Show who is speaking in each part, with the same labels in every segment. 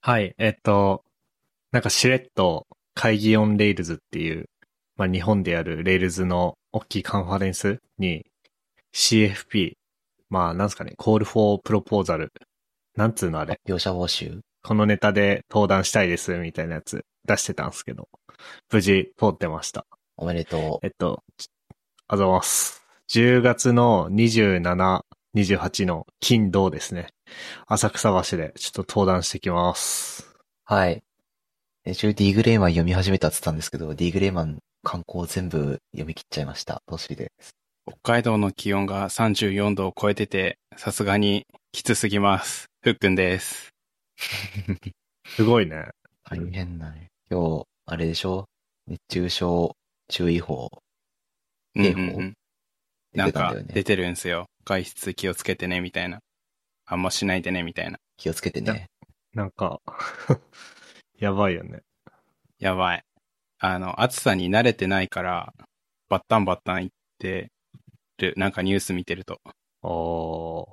Speaker 1: はい、えっと、なんかしれっと会議オンレールズっていう、まあ日本でやるレールズの大きいカンファレンスに CFP、まあなんすかね、Call for Proposal、なんつうのあれ、
Speaker 2: 業者報酬
Speaker 1: このネタで登壇したいですみたいなやつ出してたんですけど、無事通ってました。
Speaker 2: おめでと
Speaker 1: う。えっと、あざます。10月の27、28の金土ですね。浅草橋でちょっと登壇してきます。
Speaker 2: はい。一応 D グレーマン読み始めたって言ったんですけど、D グレーマン観光全部読み切っちゃいました。どうしりです。
Speaker 3: 北海道の気温が34度を超えてて、さすがにきつすぎます。ふっくんです。
Speaker 1: すごいね。
Speaker 2: 大変だね。今日、あれでしょ熱中症注意報。
Speaker 3: 警報。うんうんうん、なんか出てるんすよ。外出気をつけてね、みたいな。あんましないでね、みたいな。
Speaker 2: 気をつけてね。
Speaker 1: なんか やばいよね。
Speaker 3: やばい。あの、暑さに慣れてないから、バッタンバッタン行ってる。なんかニュース見てると。
Speaker 1: お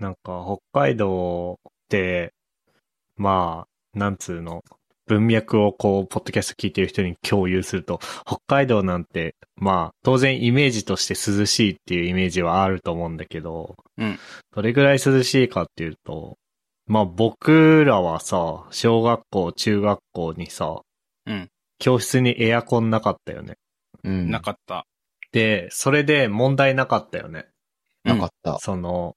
Speaker 1: ー。なんか北海道って、まあ、なんつうの、文脈をこう、ポッドキャスト聞いてる人に共有すると、北海道なんて、まあ、当然イメージとして涼しいっていうイメージはあると思うんだけど、
Speaker 3: うん。
Speaker 1: どれぐらい涼しいかっていうと、まあ僕らはさ、小学校、中学校にさ、
Speaker 3: うん。
Speaker 1: 教室にエアコンなかったよね。
Speaker 3: うん。なかった。
Speaker 1: で、それで問題なかったよね。
Speaker 2: なかった。
Speaker 1: その、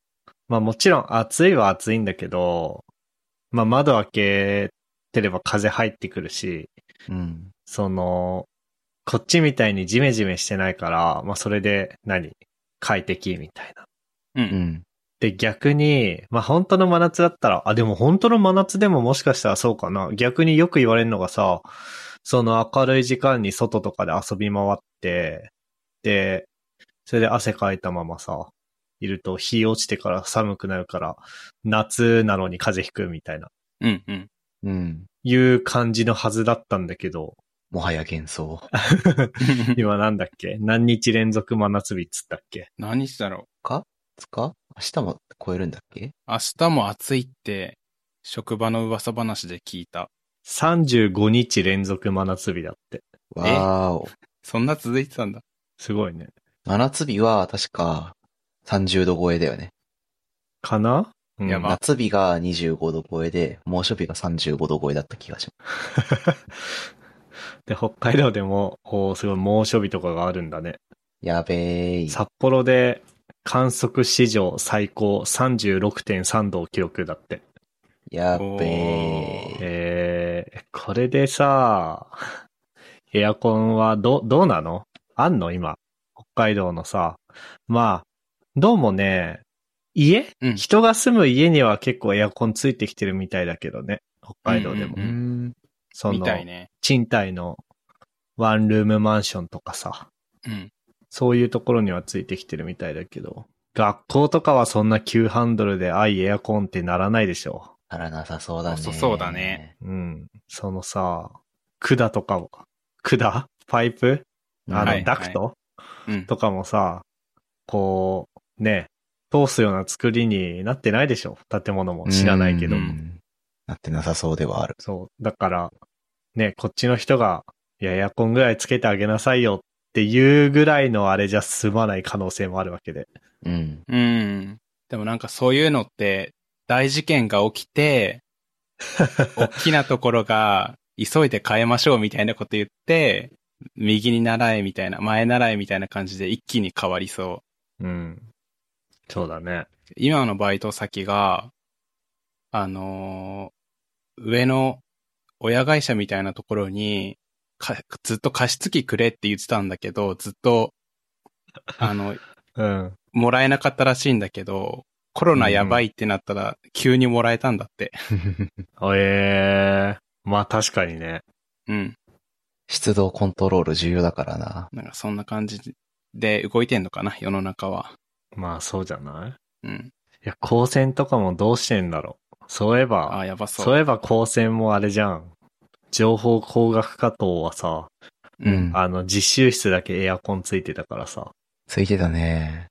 Speaker 1: まあもちろん暑いは暑いんだけど、まあ窓開けてれば風入ってくるし、
Speaker 2: うん、
Speaker 1: その、こっちみたいにジメジメしてないから、まあそれで何快適みたいな。
Speaker 3: うん。
Speaker 1: で、逆に、まあ本当の真夏だったら、あ、でも本当の真夏でももしかしたらそうかな。逆によく言われるのがさ、その明るい時間に外とかで遊び回って、で、それで汗かいたままさ、いると日落ちてから寒くなるから、夏なのに風邪ひくみたいな。
Speaker 3: うんうん。
Speaker 2: うん。
Speaker 1: いう感じのはずだったんだけど。
Speaker 2: もはや幻想。
Speaker 1: 今なんだっけ何日連続真夏日っつったっけ
Speaker 3: 何日だろう
Speaker 2: かつか明日も超えるんだっけ
Speaker 3: 明日も暑いって、職場の噂話で聞いた。
Speaker 1: 35日連続真夏日だって。
Speaker 2: わーお。
Speaker 3: そんな続いてたんだ。
Speaker 1: すごいね。
Speaker 2: 真夏日は確か30度超えだよね。
Speaker 1: かな。
Speaker 2: うん、夏日が25度超えで、猛暑日が35度超えだった気がします
Speaker 1: で、北海道でも、こう、すごい猛暑日とかがあるんだね。
Speaker 2: やべえい。
Speaker 1: 札幌で観測史上最高36.3度を記録だって。
Speaker 2: やべえ。
Speaker 1: えー、これでさ、エアコンはど、どうなのあんの今。北海道のさ。まあ、どうもね、家、うん、人が住む家には結構エアコンついてきてるみたいだけどね。北海道でも。
Speaker 3: うんうんうん、
Speaker 1: その、
Speaker 3: ね、
Speaker 1: 賃貸のワンルームマンションとかさ、
Speaker 3: うん。
Speaker 1: そういうところにはついてきてるみたいだけど。学校とかはそんな急ハンドルで、あいエアコンってならないでしょ
Speaker 2: う。ならなさそうだね。
Speaker 3: そうだね。
Speaker 1: うん。そのさ、管とかも、管パイプあの、はい、ダクト、
Speaker 3: はい、
Speaker 1: とかもさ、こう、ね、通すような作りになってないでしょ建物も知らないけど、うんうん。
Speaker 2: なってなさそうではある。
Speaker 1: そう。だから、ね、こっちの人が、いや、エアコンぐらいつけてあげなさいよっていうぐらいのあれじゃ済まない可能性もあるわけで。。
Speaker 2: うん。
Speaker 3: うん。でもなんかそういうのって、大事件が起きて、大きなところが、急いで変えましょうみたいなこと言って、右に習えみたいな、前習えみたいな感じで一気に変わりそう
Speaker 1: うん。そうだね。
Speaker 3: 今のバイト先が、あのー、上の親会社みたいなところに、ずっと加湿器くれって言ってたんだけど、ずっと、あの、
Speaker 1: うん、
Speaker 3: もらえなかったらしいんだけど、コロナやばいってなったら、急にもらえたんだって。
Speaker 1: うん、ええー、まあ確かにね。
Speaker 3: うん。
Speaker 2: 湿度コントロール重要だからな。
Speaker 3: なんかそんな感じで動いてんのかな、世の中は。
Speaker 1: まあそうじゃない
Speaker 3: うん。
Speaker 1: いや、光線とかもどうしてんだろう。そういえば、
Speaker 3: あやばそう。
Speaker 1: そういえば光線もあれじゃん。情報工学科等はさ、
Speaker 2: うん。
Speaker 1: あの、実習室だけエアコンついてたからさ。
Speaker 2: ついてたね。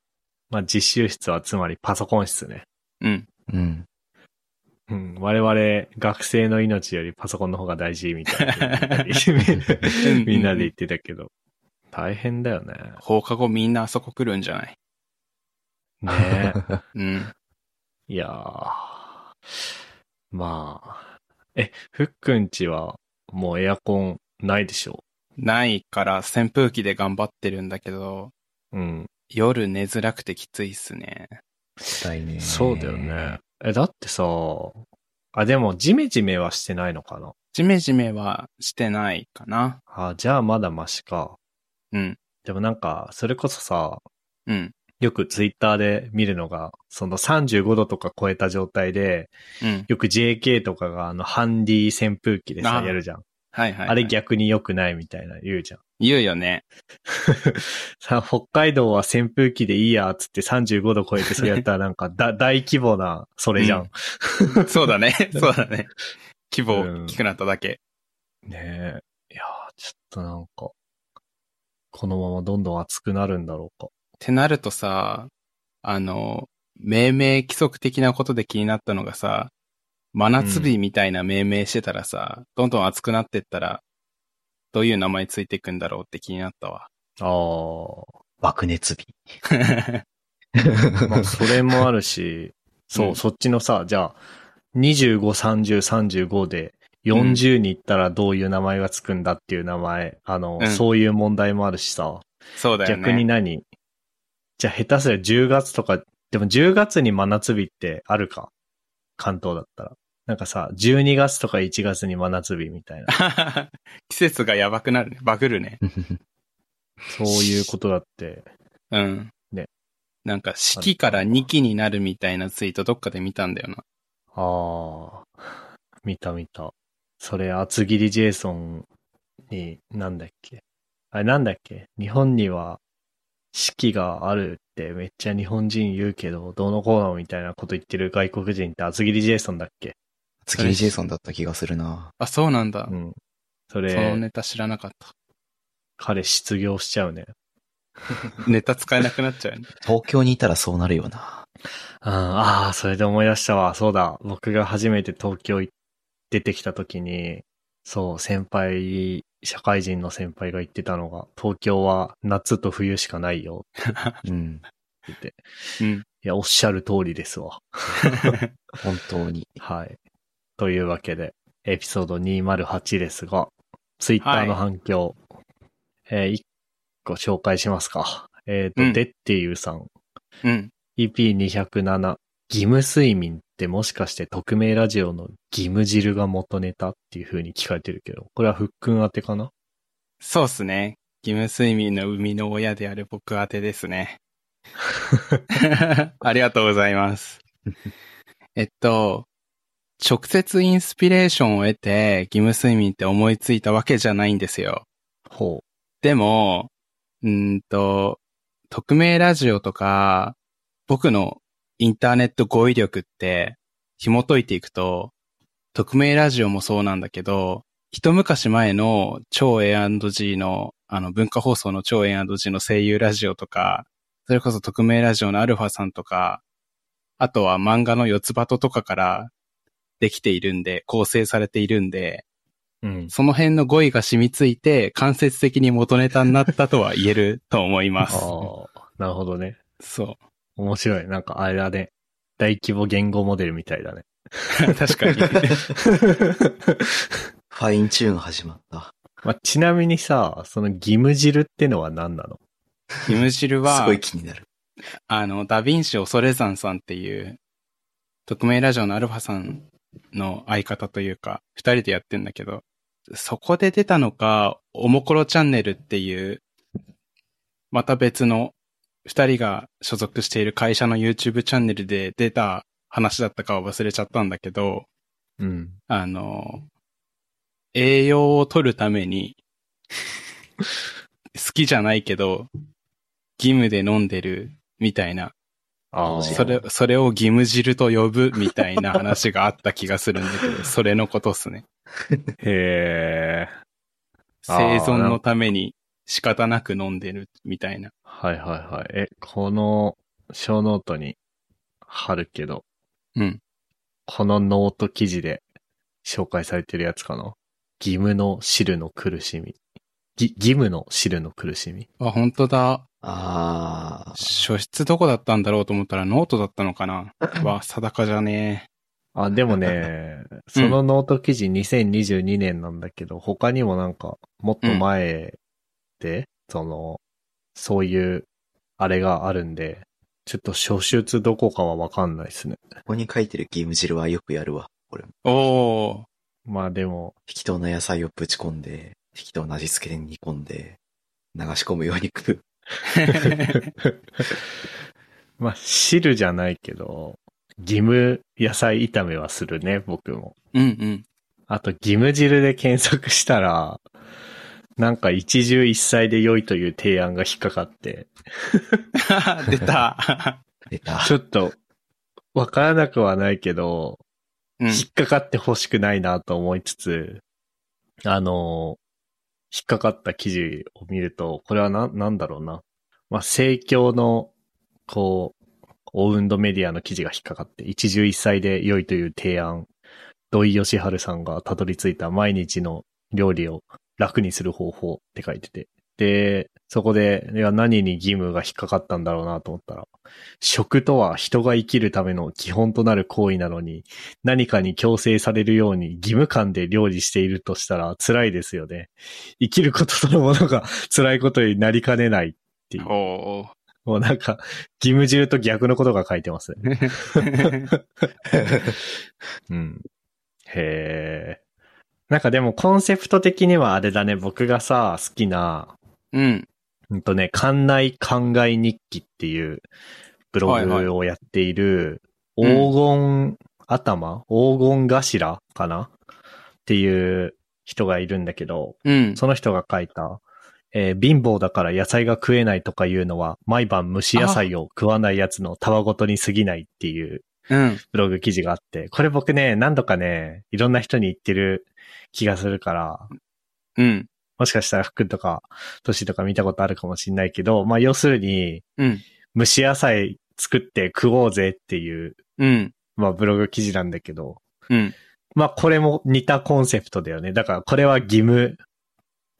Speaker 1: まあ実習室はつまりパソコン室ね。
Speaker 3: うん。
Speaker 2: うん。
Speaker 1: うん、我々学生の命よりパソコンの方が大事みたいな。みんなでみんなで言ってたけど。大変だよね。
Speaker 3: 放課後みんなあそこ来るんじゃない
Speaker 1: ね
Speaker 3: うん。
Speaker 1: え。いやー。まあ。え、ふっくんちはもうエアコンないでしょ
Speaker 3: ないから扇風機で頑張ってるんだけど、
Speaker 1: うん。
Speaker 3: 夜寝づらくてきついっすね。
Speaker 2: 辛いね。
Speaker 1: そうだよね。。え、だってさ、あ、でもジメジメはしてないのかな
Speaker 3: ジメジメはしてないかな。
Speaker 1: あ、じゃあまだマシか。
Speaker 3: うん。
Speaker 1: でもなんか、それこそさ、
Speaker 3: うん。
Speaker 1: よくツイッターで見るのが、その35度とか超えた状態で、
Speaker 3: うん。
Speaker 1: よく JK とかがあのハンディ扇風機でさ、
Speaker 3: あ
Speaker 1: やるじゃん。
Speaker 3: はいはい、はい。
Speaker 1: あれ逆に良くないみたいな言うじゃん。
Speaker 3: 言うよね。
Speaker 1: さ、北海道は扇風機でいいや、つって35度超えてそれやったらなん かだ大規模な、それじゃん。
Speaker 3: そうだね。そうだね。規模
Speaker 1: うん
Speaker 3: 大きくなっただけ。
Speaker 1: ねえ。いやーちょっとなんか、このままどんどん暑くなるんだろうか。
Speaker 3: ってなるとさ、あの、命名規則的なことで気になったのがさ、真夏日みたいな命名してたらさ、どんどん暑くなってったら、どういう名前ついていくんだろうって気になったわ。
Speaker 1: あ
Speaker 2: 爆熱 日。
Speaker 1: あ。まあ、それもあるし、 そう、
Speaker 3: うん
Speaker 1: そっちのさ、じゃあ、25、30、35で、40に行ったらどういう名前がつくんだっていう名前、あの、
Speaker 3: うん
Speaker 1: そういう問題もあるしさ、
Speaker 3: そうだよね。
Speaker 1: 逆に何じゃあ下手すりゃ10月とか、でも10月に真夏日ってあるか関東だったら。なんかさ、12月とか1月に真夏日みたいな。
Speaker 3: 季節がやばくなるね。バグるね。
Speaker 1: そういうことだって。
Speaker 3: うん。
Speaker 1: ね。
Speaker 3: なんか、四季から二季になるみたいなツイートどっかで見たんだよな。
Speaker 1: ああ、見た見た。それ、厚切りジェイソンに、なんだっけ。あれ、なんだっけ日本には四季があるってめっちゃ日本人言うけど、どうのこうのみたいなこと言ってる外国人って厚切りジェイソンだっけ
Speaker 2: 次にジェイソンだった気がするな。
Speaker 3: あ、そうなんだ
Speaker 1: う。ん。そ
Speaker 3: その
Speaker 1: れ、
Speaker 3: ネタ知らなかった。
Speaker 1: 彼失業しちゃうね。
Speaker 3: ネタ使えなくなっちゃうよね。
Speaker 2: 東京にいたらそうなるよな。
Speaker 1: うんああ、それで思い出したわ。そうだ。僕が初めて東京い出てきた時に、そう、先輩、社会人の先輩が言ってたのが、東京は夏と冬しかないよって
Speaker 2: うん。
Speaker 1: 言って。
Speaker 3: うん。
Speaker 1: いや、おっしゃる通りですわ。
Speaker 2: 本当に。
Speaker 1: はい。というわけで、エピソード208ですが、ツイッターの反響、えー一個紹介しますか。えっ、と、
Speaker 3: うん
Speaker 1: でっていうさん。
Speaker 3: うん。
Speaker 1: EP207 義務睡眠ってもしかして匿名ラジオの義務汁が元ネタっていう風に聞かれてるけど、これはふっくん宛てかな
Speaker 3: そうっすね。義務睡眠の生みの親である僕宛てですね。ありがとうございます。えっと、直接インスピレーションを得て、義務睡眠って思いついたわけじゃないんですよ。
Speaker 1: ほ
Speaker 3: でも、うーんと、匿名ラジオとか、僕のインターネット語彙力って紐解いていくと、匿名ラジオもそうなんだけど、一昔前の超 A&G の、あの文化放送の超 A&G の声優ラジオとか、それこそ匿名ラジオのアルファさんとか、あとは漫画の四つ葉ととかからできているんで、構成されているんで、
Speaker 1: う。うん。
Speaker 3: その辺の語彙が染みついて、間接的に元ネタになったとは言えると思いま
Speaker 1: あ
Speaker 3: す。
Speaker 1: あ、なるほどね。
Speaker 3: そ
Speaker 1: 面白い。なんかあれだね。大規模言語モデルみたいだ ね。
Speaker 3: う。 確かに。
Speaker 2: ファインチューン始まった。
Speaker 1: まあ、ちなみにさ、その義務汁ってのは何なの
Speaker 3: キムシ
Speaker 2: す
Speaker 3: ルは
Speaker 2: ご、い気になる。
Speaker 3: あの、ダヴィンシ恐山さんっていう、匿名ラジオのアルファさんの相方というか、二人でやってんだけど、そこで出たのか、おもころチャンネルっていう、また別の二人が所属している会社の YouTube チャンネルで出た話だったかは忘れちゃったんだけど、
Speaker 1: うん。
Speaker 3: あの、栄養を取るために、 好きじゃないけど、義務で飲んでるみたいな、
Speaker 1: ああ、
Speaker 3: それ、それを義務汁と呼ぶみたいな話があった気がするんだ けど、それのことっすね。
Speaker 1: へえ。あ
Speaker 3: 生
Speaker 1: ー
Speaker 3: 存のために仕方なく飲んでるみたいな。
Speaker 1: はいはいはい。え、この、小ノートに貼るけど、
Speaker 3: うん。
Speaker 1: このノート記事で紹介されてるやつかな。義務の汁の苦しみ。ぎ義務の汁の苦しみ。
Speaker 3: あ、本当だ。
Speaker 2: あー。
Speaker 3: 書室どこだったんだろうと思ったらノートだったの かな。わ、定かじゃね
Speaker 1: あ、でも ね、そのノート記事2022年なんだけど、他にもなんか、もっと前で、その、そういう、あれがあるんで、ちょっと初出どこかはわかんないですね。
Speaker 2: ここに書いてる義務汁はよくやるわ。俺も。
Speaker 3: え。おー。
Speaker 1: まあでも、
Speaker 2: 適当な野菜をぶち込んで、適当な味付けで煮込んで、流し込むように食う。
Speaker 1: まあ、汁じゃないけど、義務野菜炒めはするね、僕も。
Speaker 3: うんうん。
Speaker 1: あと、義務汁で検索したら、なんか一汁一菜で良いという提案が引っかかって、
Speaker 3: 出た。
Speaker 2: 出た。
Speaker 1: ちょっと、わからなくはないけど、
Speaker 3: うん。
Speaker 1: 引っかかって欲しくないなと思いつつ、あの、引っかかった記事を見ると、これはな、なんだろうな。まあ、政教の、こう、オウンドメディアの記事が引っかかって、一汁一菜で良いという提案、土井義春さんがたどり着いた毎日の料理を楽にする方法って書いてて。で、そこで、いや、何に義務が引っかかったんだろうなと思ったら、食とは人が生きるための基本となる行為なのに、何かに強制されるように義務感で料理しているとしたら辛いですよね。生きることそのものが 辛いことになりかねないっていう。
Speaker 3: おー。
Speaker 1: もうなんか、義務汁と逆のことが書いてますね。うん。へえ。なんかでもコンセプト的にはあれだね、僕がさ、好きな、
Speaker 3: うん。
Speaker 1: うんとね、館内考え日記っていうブログをやっている、
Speaker 3: はいはい
Speaker 1: 黄金頭、黄金頭かなっていう人がいるんだけど、
Speaker 3: うん。
Speaker 1: その人が書いた、えー貧乏だから野菜が食えないとかいうのは、毎晩蒸し野菜を食わないやつのたわごとに過ぎないっていう
Speaker 3: うん。
Speaker 1: ブログ記事があって、これ僕ね、何度かね、いろんな人に言ってる気がするから、
Speaker 3: うん。
Speaker 1: もしかしたら服とか、歳とか見たことあるかもしんないけど、まあ要するに、
Speaker 3: うん。
Speaker 1: 蒸し野菜作って食おうぜっていう、
Speaker 3: うん。
Speaker 1: まあブログ記事なんだけど、
Speaker 3: うん。
Speaker 1: まあこれも似たコンセプトだよね。だからこれは義務、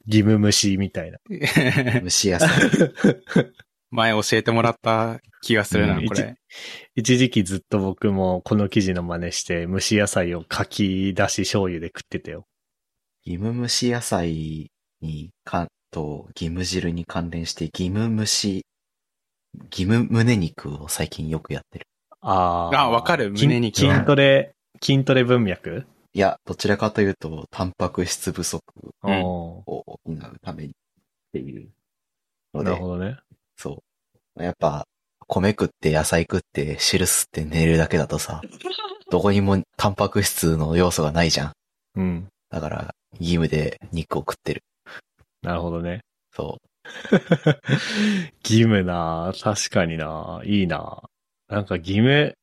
Speaker 1: 義務蒸しみたいな。
Speaker 2: 蒸し野菜。
Speaker 3: 前教えてもらった気がするな、
Speaker 1: うん
Speaker 3: これ。
Speaker 1: 一時期ずっと僕もこの記事の真似して蒸し野菜をかき出し醤油で食ってたよ。
Speaker 2: 義務蒸し野菜に関と義務汁に関連して義務蒸し、義務胸肉を最近よくやってる。
Speaker 1: ああ。
Speaker 3: あわかる
Speaker 1: 筋
Speaker 3: 胸肉
Speaker 2: は
Speaker 1: 筋トレ、筋トレ文脈、
Speaker 2: いや、どちらかというと、タンパク質不足
Speaker 3: うん
Speaker 1: お
Speaker 2: を補うためにっていう
Speaker 1: ー
Speaker 2: の
Speaker 1: なる
Speaker 2: で、
Speaker 1: ほどね。
Speaker 2: そう。やっぱ、米食って野菜食って汁吸って寝るだけだとさ、どこにもタンパク質の要素がないじゃん。
Speaker 1: うん。
Speaker 2: だから、義務で肉を食ってる。
Speaker 1: なるほどね。
Speaker 2: そ
Speaker 1: 義務なぁ確かになぁいいなぁなんか義務、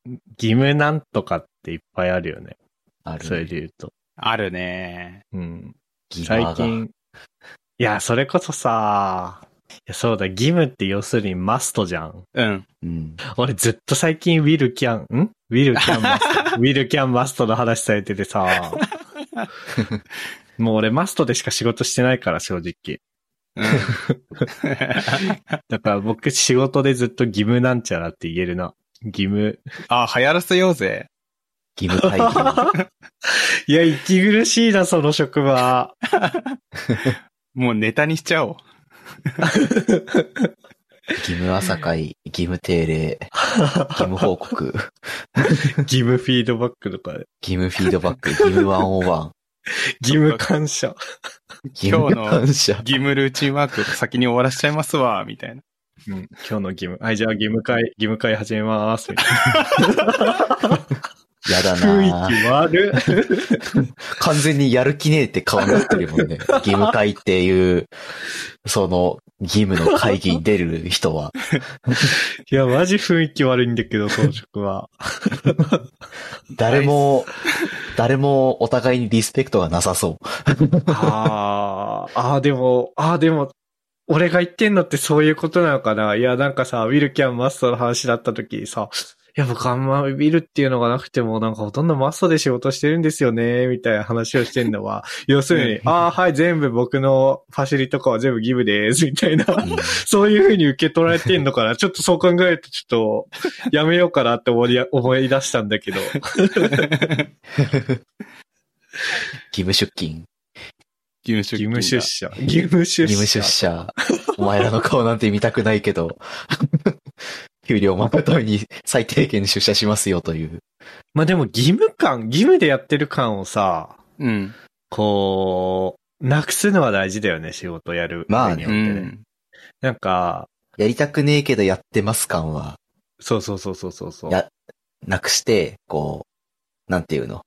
Speaker 1: 義務なんとかっていっぱいあるよね。
Speaker 2: う。ある。
Speaker 1: それで言うと。
Speaker 3: あるね。
Speaker 1: うん。
Speaker 2: ギバー
Speaker 1: 最
Speaker 2: が
Speaker 1: 近。いや、それこそさいやそうだ、義務って要するにマストじゃん。
Speaker 3: うん。
Speaker 2: うん。
Speaker 1: 俺ずっと最近ウィルキャン、んウィルキャンマ スト。ウィルキャンマストの話されてて さもう俺マストでしか仕事してないから、正直。
Speaker 3: うん。
Speaker 1: だから僕仕事でずっと義務なんちゃらって言えるな。義務。
Speaker 3: あ、流行らせようぜ。
Speaker 2: 義務会議。
Speaker 1: いや、息苦しいな、その職場。
Speaker 3: もうネタにしちゃおう。
Speaker 2: 義務朝会、義務定例、義務報告、
Speaker 1: 義務フィードバックとかで、
Speaker 2: 義務フィードバック、義務ワンオワン、
Speaker 1: 義務感謝。
Speaker 2: 義務感謝。
Speaker 3: 義務ルーチンワーク先に終わらしちゃいますわ、みたいな。
Speaker 1: うん、今日の義務。はい、じゃあ義務会、義務会始めます。みたい
Speaker 2: やだ
Speaker 1: な 雰
Speaker 2: な
Speaker 1: 囲気悪っ。
Speaker 2: 完全にやる気ねえって顔になってるもんね。義務会っていう、その、義務の会議に出る人は、
Speaker 1: いや、マジ雰囲気悪いんだけど、その職は。
Speaker 2: 誰も、誰もお互いにリスペクトがなさそう。
Speaker 1: あー、あーでも、あーでも、俺が言ってんのってそういうことなのかないや、なんかさ、ウィルキャンマストの話だった時にさ、や、僕あんまビルっていうのがなくても、なんかほとんどマストで仕事してるんですよね、みたいな話をしてんのは、要するに、ああ、はい、全部僕のファシリとかは全部ギブです、みたいな、そういうふうに受け取られてんのかな。ちょっとそう考えると、ちょっと、やめようかなって思いや思い出したんだけど。
Speaker 2: 義務出勤、
Speaker 3: 義務出
Speaker 1: 義
Speaker 3: 勤だ。
Speaker 1: 務出社。義務出社。
Speaker 2: 義務出社。お前らの顔なんて見たくないけど、 給料まくために最低限出社しますよという。
Speaker 1: まあでも義務感、義務でやってる感をさ、
Speaker 3: うん。
Speaker 1: こう、なくすのは大事だよね、仕事をやる。
Speaker 2: まあね
Speaker 1: によ
Speaker 3: う
Speaker 1: ってね
Speaker 3: ん。
Speaker 1: なんか、
Speaker 2: やりたくねえけどやってます感は、
Speaker 1: そうそうそうそうそうそう。
Speaker 2: やなくして、こう、なんていうの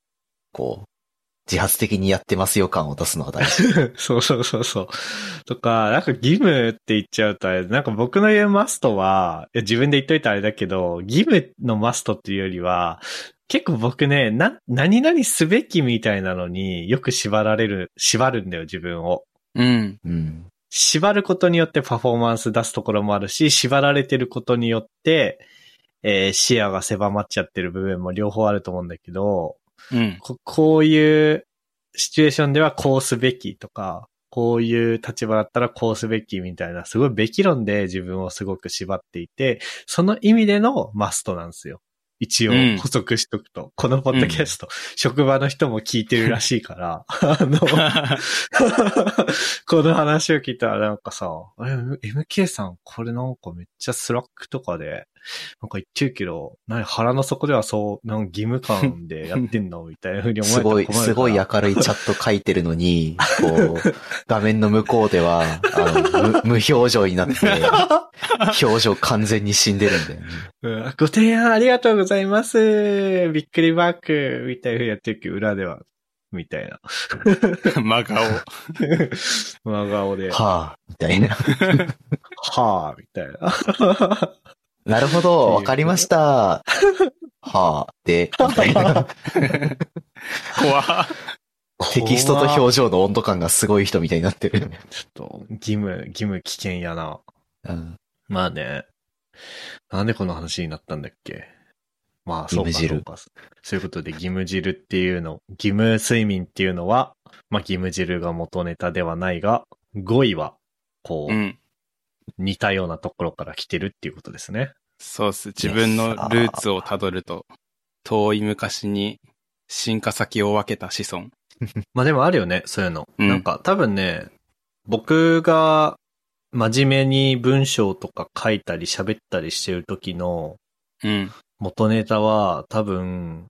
Speaker 2: こう、自発的にやってますよ感を出すのは大事。
Speaker 1: そうそうそうそう。とか、なんか義務って言っちゃうとあれ、なんか僕の言うマストは、いや自分で言っといたあれだけど、義務のマストっていうよりは、結構僕ね、な、何々すべきみたいなのによく縛られる、縛るんだよ、自分を。
Speaker 3: うん。
Speaker 2: うん。
Speaker 1: 縛ることによってパフォーマンス出すところもあるし、縛られてることによって、えー視野が狭まっちゃってる部分も両方あると思うんだけど、
Speaker 3: うん。
Speaker 1: ここういうシチュエーションではこうすべきとか、こういう立場だったらこうすべきみたいな、すごいべき論で自分をすごく縛っていて、その意味でのマストなんですよ。一応
Speaker 3: うん
Speaker 1: 補足しとくと。このポッドキャスト、職場の人も聞いてるらしいから、 あの、 この話を聞いたらなんかさ、あれ、M- MK さん、これなんかめっちゃスラックとかで、なんか言ってるけど、なに腹の底ではそう、なんか義務感でやってんのみたいな風に思
Speaker 2: すご
Speaker 1: われ
Speaker 2: い、
Speaker 1: たら困るから。
Speaker 2: すごい明るいチャット書いてるのに、こう、 画面の向こうでは、あの、無無表情になって、表情完全に死んでるんだよね。
Speaker 1: うんご提案ありがとうございます。びっくりマーク、みたいな風にやってるけど、裏では、みたいな。
Speaker 3: 真顔。
Speaker 1: 真顔で、は
Speaker 2: はぁ、みたいな。
Speaker 1: ぁ、みたいな。
Speaker 2: なるほど、わかりました。はぁ、で、みたい な。
Speaker 3: 怖っ
Speaker 2: テキストと
Speaker 1: 表
Speaker 2: 表情の温度感がすごい人みたいになってる。
Speaker 1: ちょっと、義務、義務危険やな。
Speaker 2: うん。
Speaker 1: まあね。なんでこの話になったんだっけまあ、
Speaker 2: 義
Speaker 1: そう
Speaker 2: 務
Speaker 1: か、
Speaker 2: 汁
Speaker 1: そうか。そういうことで、義務汁っていうの、義務睡眠っていうのは、まあ、義務汁が元ネタではないが、語彙は、こう、
Speaker 3: うん。
Speaker 1: 似たようなところから来てるっていうことですね。
Speaker 3: そうっす。自分のルーツをたどると、遠い昔に進化先を分けた子孫。
Speaker 1: まあでもあるよね、そういうの。
Speaker 3: うん
Speaker 1: なんか多分ね、僕が真面目に文章とか書いたり喋ったりしてる時の
Speaker 3: うん。
Speaker 1: 元ネタは多分、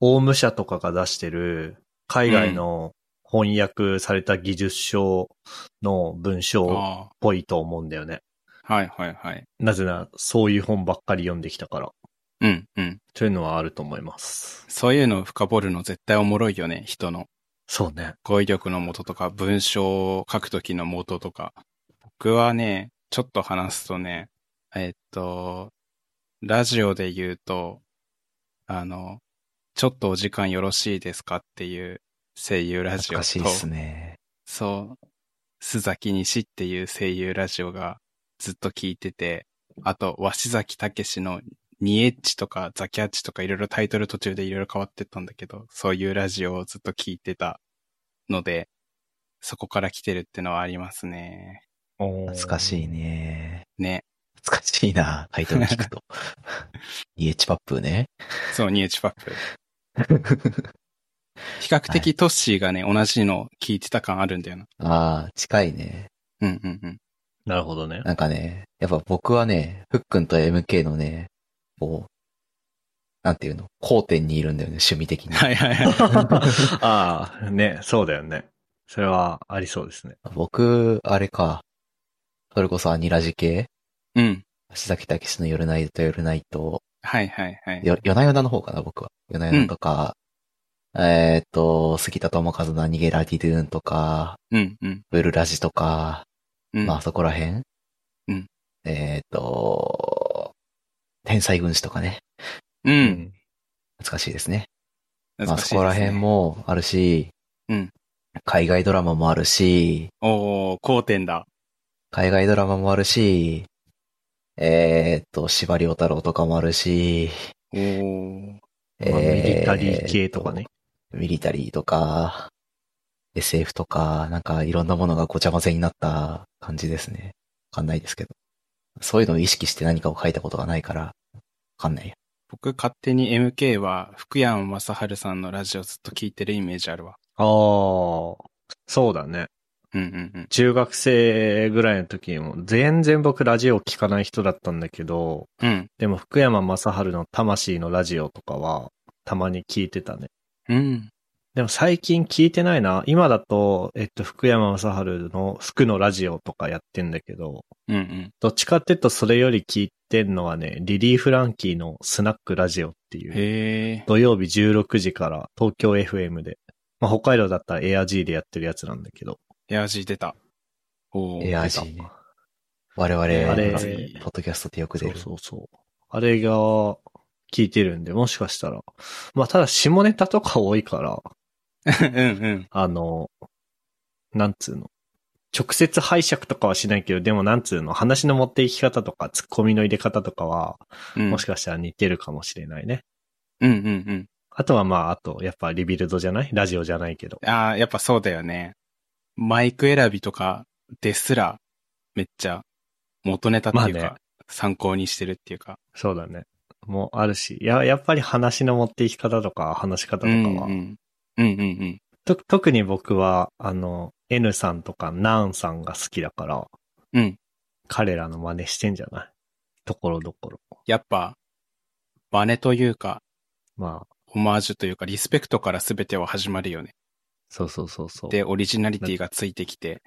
Speaker 1: オウム社とかが出してる海外の翻訳された技術書の文章っ
Speaker 3: あ
Speaker 1: ぽいと思うんだよね。
Speaker 3: あ。はいはいはい。
Speaker 1: なぜならそういう本ばっかり読んできたから。
Speaker 3: うんうん。
Speaker 1: というのはあると思います。
Speaker 3: そういうのを深掘るの絶対おもろいよね。人の
Speaker 1: そうね。
Speaker 3: 語彙力の元とか、文章を書くときの元とか。僕はね、ちょっと話すとね、えっと、ラジオで言うと、あの、ちょっとお時間よろしいですかっていう声優ラジ
Speaker 2: 懐か
Speaker 3: オと、
Speaker 2: しいっすね。
Speaker 3: そう、須崎西っていう声優ラジオがずっと聞いてて、あと、鷲崎武史のニエッチとかザキャッチとかいろいろタイトル途中でいろいろ変わってったんだけど、そういうラジオをずっと聞いてたので、そこから来てるってのはありますね。
Speaker 1: 懐
Speaker 2: 懐か
Speaker 1: い。
Speaker 2: しいね。
Speaker 3: ね。
Speaker 2: 懐かしいな、タイトル聞 くと。イエチパップーね。
Speaker 3: そう、ニエッチパップ。 比較的トッシーがね、同じの聞いてた感あるんだよな。
Speaker 2: ああ、近いね。
Speaker 3: うんうんうん。
Speaker 1: なるほどね。
Speaker 2: なんかね、やっぱ僕はね、ふっくんと MK のね、こう、なんていうの、交点にいるんだよね、趣味的に。
Speaker 3: はいはいはい。
Speaker 1: ああ、ね、そうだよね。それはありそうですね。
Speaker 2: 僕、あれか、それこそアニラジ系
Speaker 3: うん。
Speaker 2: 足崎武史の夜ナイト夜ナイト、
Speaker 3: はいはいはい。
Speaker 2: よ、夜な夜なの方かな、僕は。夜な夜なとか、えーっと、杉田智和の逃げラディドゥーンとか、
Speaker 3: うんうん。
Speaker 2: ブルラジとか、
Speaker 3: うん。
Speaker 2: まあそこら辺
Speaker 3: うん。
Speaker 2: えっ、と、天才軍師とかね。
Speaker 3: うん。
Speaker 2: 懐かしいですね。ま
Speaker 3: 懐
Speaker 2: あ
Speaker 3: かしいです
Speaker 2: そ
Speaker 3: ね
Speaker 2: こら辺。もあるし、
Speaker 3: うん
Speaker 2: 海外ドラマもあるし、
Speaker 3: おー、好点だ。
Speaker 2: 海外ドラマもあるし、えーっと、司馬遼太郎とかもあるし、
Speaker 3: おー。
Speaker 1: まあミリタリ
Speaker 2: え
Speaker 1: ー系とかね。
Speaker 2: ミリタリーとか、SF とか、なんかいろんなものがごちゃ混ぜになった感じですね。わかんないですけど。そういうのを意識して何かを書いたことがないから、わかんないや。
Speaker 3: 僕勝手に MK は福山雅治さんのラジオずっと聞いてるイメージあるわ。
Speaker 1: ああ、そうだね。
Speaker 3: うんうんうん。
Speaker 1: 中学生ぐらいの時にも、全然僕ラジオ聞かない人だったんだけど、
Speaker 3: うん。
Speaker 1: でも福山雅治の魂のラジオとかは、たまに聞いてたね。
Speaker 3: うん。
Speaker 1: でも最近聞いてないな。今だと、えっと、福山雅治の福のラジオとかやってんだけど、
Speaker 3: うんうん。
Speaker 1: どっちかっていうとそれより聞いてんのはね、リリー・フランキーのスナックラジオっていう、
Speaker 3: へえ。
Speaker 1: 土曜日16時から東京 FM で、まあ、北海道だったら ARG でやってるやつなんだけど、
Speaker 3: エアジー出た。おー。
Speaker 2: エアジーね。我々、
Speaker 1: あれ
Speaker 2: ポッドキャストってよく
Speaker 1: そ
Speaker 2: 出
Speaker 1: う
Speaker 2: る。
Speaker 1: そうそう。あれが聞いてるんで、もしかしたら、まあただ下ネタとか多いから、
Speaker 3: 出たうんうん。
Speaker 1: あの、なんつうの。直接拝借とかはしないけど、でもなんつうの、話の持っていき方とか、ツッコミの入れ方とかは、
Speaker 3: うん、
Speaker 1: もしかしたら似てるかもしれないね。
Speaker 3: うんうん
Speaker 1: あとはまあ、あと、やっぱリビルドじゃないラジオじゃないけど。
Speaker 3: うん。ああ、やっぱそうだよね。マイク選びとかですら、めっちゃ元ネタっていうか、
Speaker 1: まあね
Speaker 3: 参考にしてるっていうか。
Speaker 1: そうだね。もうあるし、や、やっぱり話の持っていき方とか、話し方とかは、
Speaker 3: うんうん。うんうん
Speaker 1: と特に僕は、あの、N さんとかナーンさんが好きだから、
Speaker 3: うん。うん。
Speaker 1: 彼らの真似してんじゃないところどころ。
Speaker 3: やっぱ、真似というか、
Speaker 1: まあ、
Speaker 3: オマージュというか、リスペクトから全ては始まるよね。
Speaker 1: そうそうそうそう。
Speaker 3: で、オリジナリティがついてきて、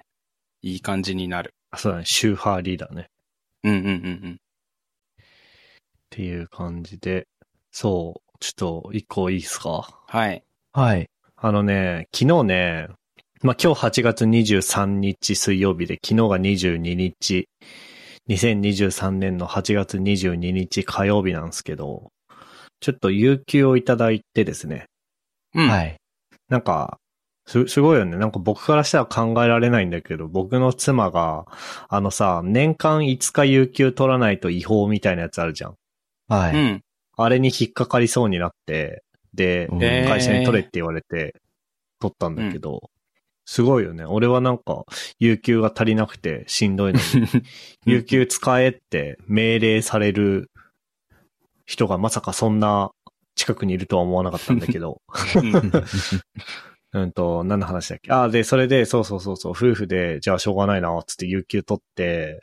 Speaker 3: いい感じになる。
Speaker 1: あそうだね、シューハーリーダーね。
Speaker 3: うんうんうん
Speaker 1: っていう感じで、そう、ちょっと一個いいっすか
Speaker 3: うん。はい。
Speaker 2: はい。
Speaker 1: あのね、昨日ね、まあ、今日8月23日水曜日で、昨日が22日、2023年の8月22日火曜日なんですけど、ちょっと有給をいただいてですね、
Speaker 3: うん。。
Speaker 2: はいい。
Speaker 1: なんか、す、すごいよね。なんか僕からしたら考えられないんだけど、僕の妻が、あのさ、年間5日有給取らないと違法みたいなやつあるじゃん。
Speaker 2: は
Speaker 3: う
Speaker 2: い。
Speaker 3: ん。
Speaker 1: あれに引っかかりそうになって、で、
Speaker 2: うん
Speaker 3: えー
Speaker 1: 会社に取れって言われて、取ったんだけど、すごいよね。俺はなんか、有給が足りなくてしんどい のに、有給使えって命令される人がまさかそんな近くにいるとは思わなかったんだけど、
Speaker 3: うん
Speaker 1: うんと、何の話だっけああ、で、それで、そうそうそうそう、夫婦で、じゃあしょうがないな、つって有給取って、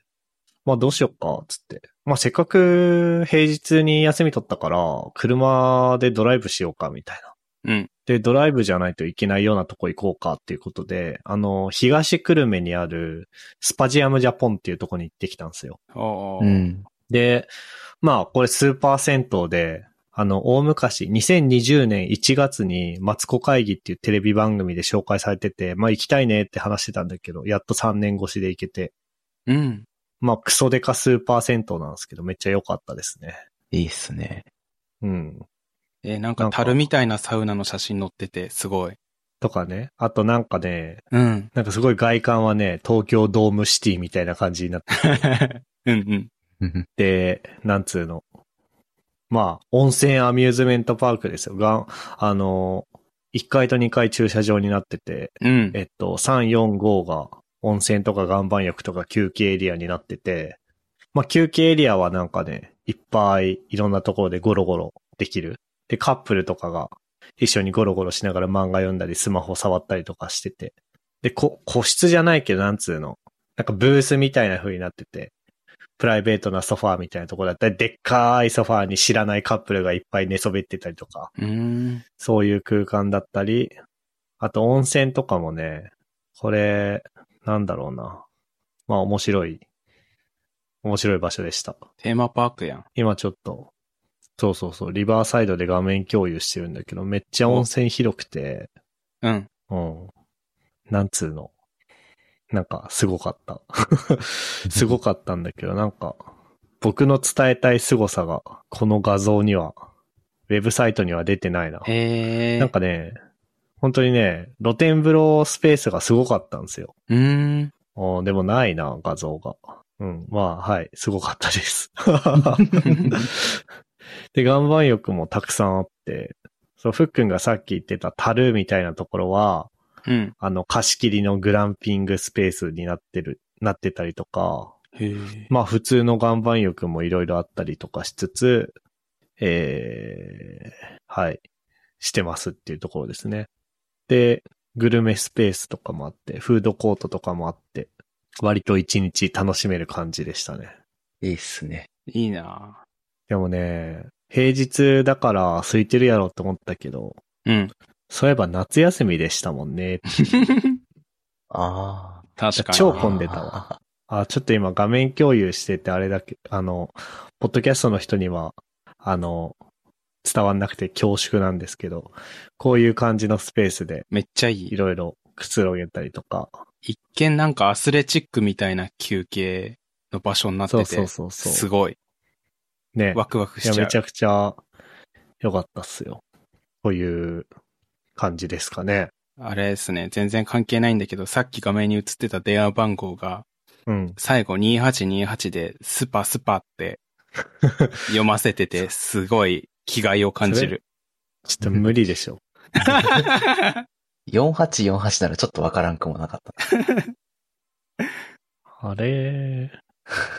Speaker 1: まあどうしよっか、つって。まあせっかく平日に休み取ったから、車でドライブしようか、みたいな。
Speaker 3: うん。
Speaker 1: で、ドライブじゃないといけないようなとこ行こうかっていうことで、あの、東久留米にあるスパジアムジャポンっていうとこに行ってきたんですよ。
Speaker 3: お
Speaker 2: う
Speaker 3: ー。
Speaker 2: ん。
Speaker 1: で、まあ、これスーパー銭湯で、あの、大昔、2020年1月に、マツコ会議っていうテレビ番組で紹介されてて、まあ、行きたいねって話してたんだけど、やっと3年越しで行けて、
Speaker 3: うん。
Speaker 1: まあ、クソデカスーパー銭湯なんですけど、めっちゃ良かったですね。
Speaker 2: いいっ すね。
Speaker 1: うん。
Speaker 3: えー、なんか樽みたいなサウナの写真載ってて、すごい。
Speaker 1: とかね。あとなんかね、
Speaker 3: うん。
Speaker 1: なんかすごい外観はね、東京ドームシティみたいな感じになって
Speaker 3: うんうん。
Speaker 2: うん
Speaker 1: で、なんつうの。まあ、温泉アミューズメントパークですよ。が、あの、1階と2階駐車場になってて、
Speaker 3: うん。
Speaker 1: えっと、3、4、5が温泉とか岩盤浴とか休憩エリアになってて、まあ休憩エリアはなんかね、いっぱいいろんなところでゴロゴロできる。で、カップルとかが一緒にゴロゴロしながら漫画読んだりスマホ触ったりとかしてて。で、こ、個室じゃないけど、なんつうの。なんかブースみたいな風になってて、プライベートなソファーみたいなとこだったり、でっかいソファーに知らないカップルがいっぱい寝そべってたりとか。
Speaker 3: うーん。
Speaker 1: そういう空間だったり、あと温泉とかもね、これ、なんだろうな。まあ面白い、面白い場所でした。
Speaker 3: テーマパークやん。
Speaker 1: 今ちょっと、そうそうそう、リバーサイドで画面共有してるんだけど、めっちゃ温泉広くて、
Speaker 3: うん。
Speaker 1: うん。なんつうの。なんか、すごかった。すごかったんだけど、なんか、僕の伝えたい凄さが、この画像には、ウェブサイトには出てないな。
Speaker 3: へえ。
Speaker 1: なんかね、本当にね、露天風呂スペースがすごかったんですよ。
Speaker 3: うーん。
Speaker 1: おーでもないな、画像が。ううん。まあ、はい。すごかったです。で、岩盤浴もたくさんあって、そう、ふっくんがさっき言ってたタルーみたいなところは、
Speaker 3: うん。
Speaker 1: あの、貸し切りのグランピングスペースになってる、なってたりとか、
Speaker 3: へえ。
Speaker 1: まあ普通の岩盤浴もいろいろあったりとかしつつ、えー、はい、してますっていうところですね。で、グルメスペースとかもあって、フードコートとかもあって、割と一日楽しめる感じでしたね。
Speaker 2: いいっすね。
Speaker 3: いいな
Speaker 1: でもね、平日だから空いてるやろって思ったけど、
Speaker 3: うん。
Speaker 1: そういえば夏休みでしたもんね。
Speaker 2: ああ。
Speaker 3: 確かに。
Speaker 1: 超混んでたわ。あ、ちょっと今画面共有しててあれだけ、あの、ポッドキャストの人には、あの、伝わんなくて恐縮なんですけど、こういう感じのスペースで
Speaker 3: めっちゃい
Speaker 1: い
Speaker 3: い。
Speaker 1: ろいろくつろげたりとか、
Speaker 3: 一見なんかアスレチックみたいな休憩の場所になっ
Speaker 1: そ
Speaker 3: てて、
Speaker 1: うそうそうそう。
Speaker 3: すごい。
Speaker 1: ね。
Speaker 3: ワクワク
Speaker 1: い
Speaker 3: し
Speaker 1: や、
Speaker 3: ちゃ
Speaker 1: め
Speaker 3: う
Speaker 1: ち。ゃくちゃ良かったっすよ。という感じですかね。
Speaker 3: あれですね、全然関係ないんだけど、さっき画面に映ってた電話番号が、
Speaker 1: うん。
Speaker 3: 最後2828でスパス パって読ませてて、すごい気概を感じる。
Speaker 1: ちょっと無理で しょ。
Speaker 2: 4848ならちょっとわからんくもな かった。
Speaker 1: あれー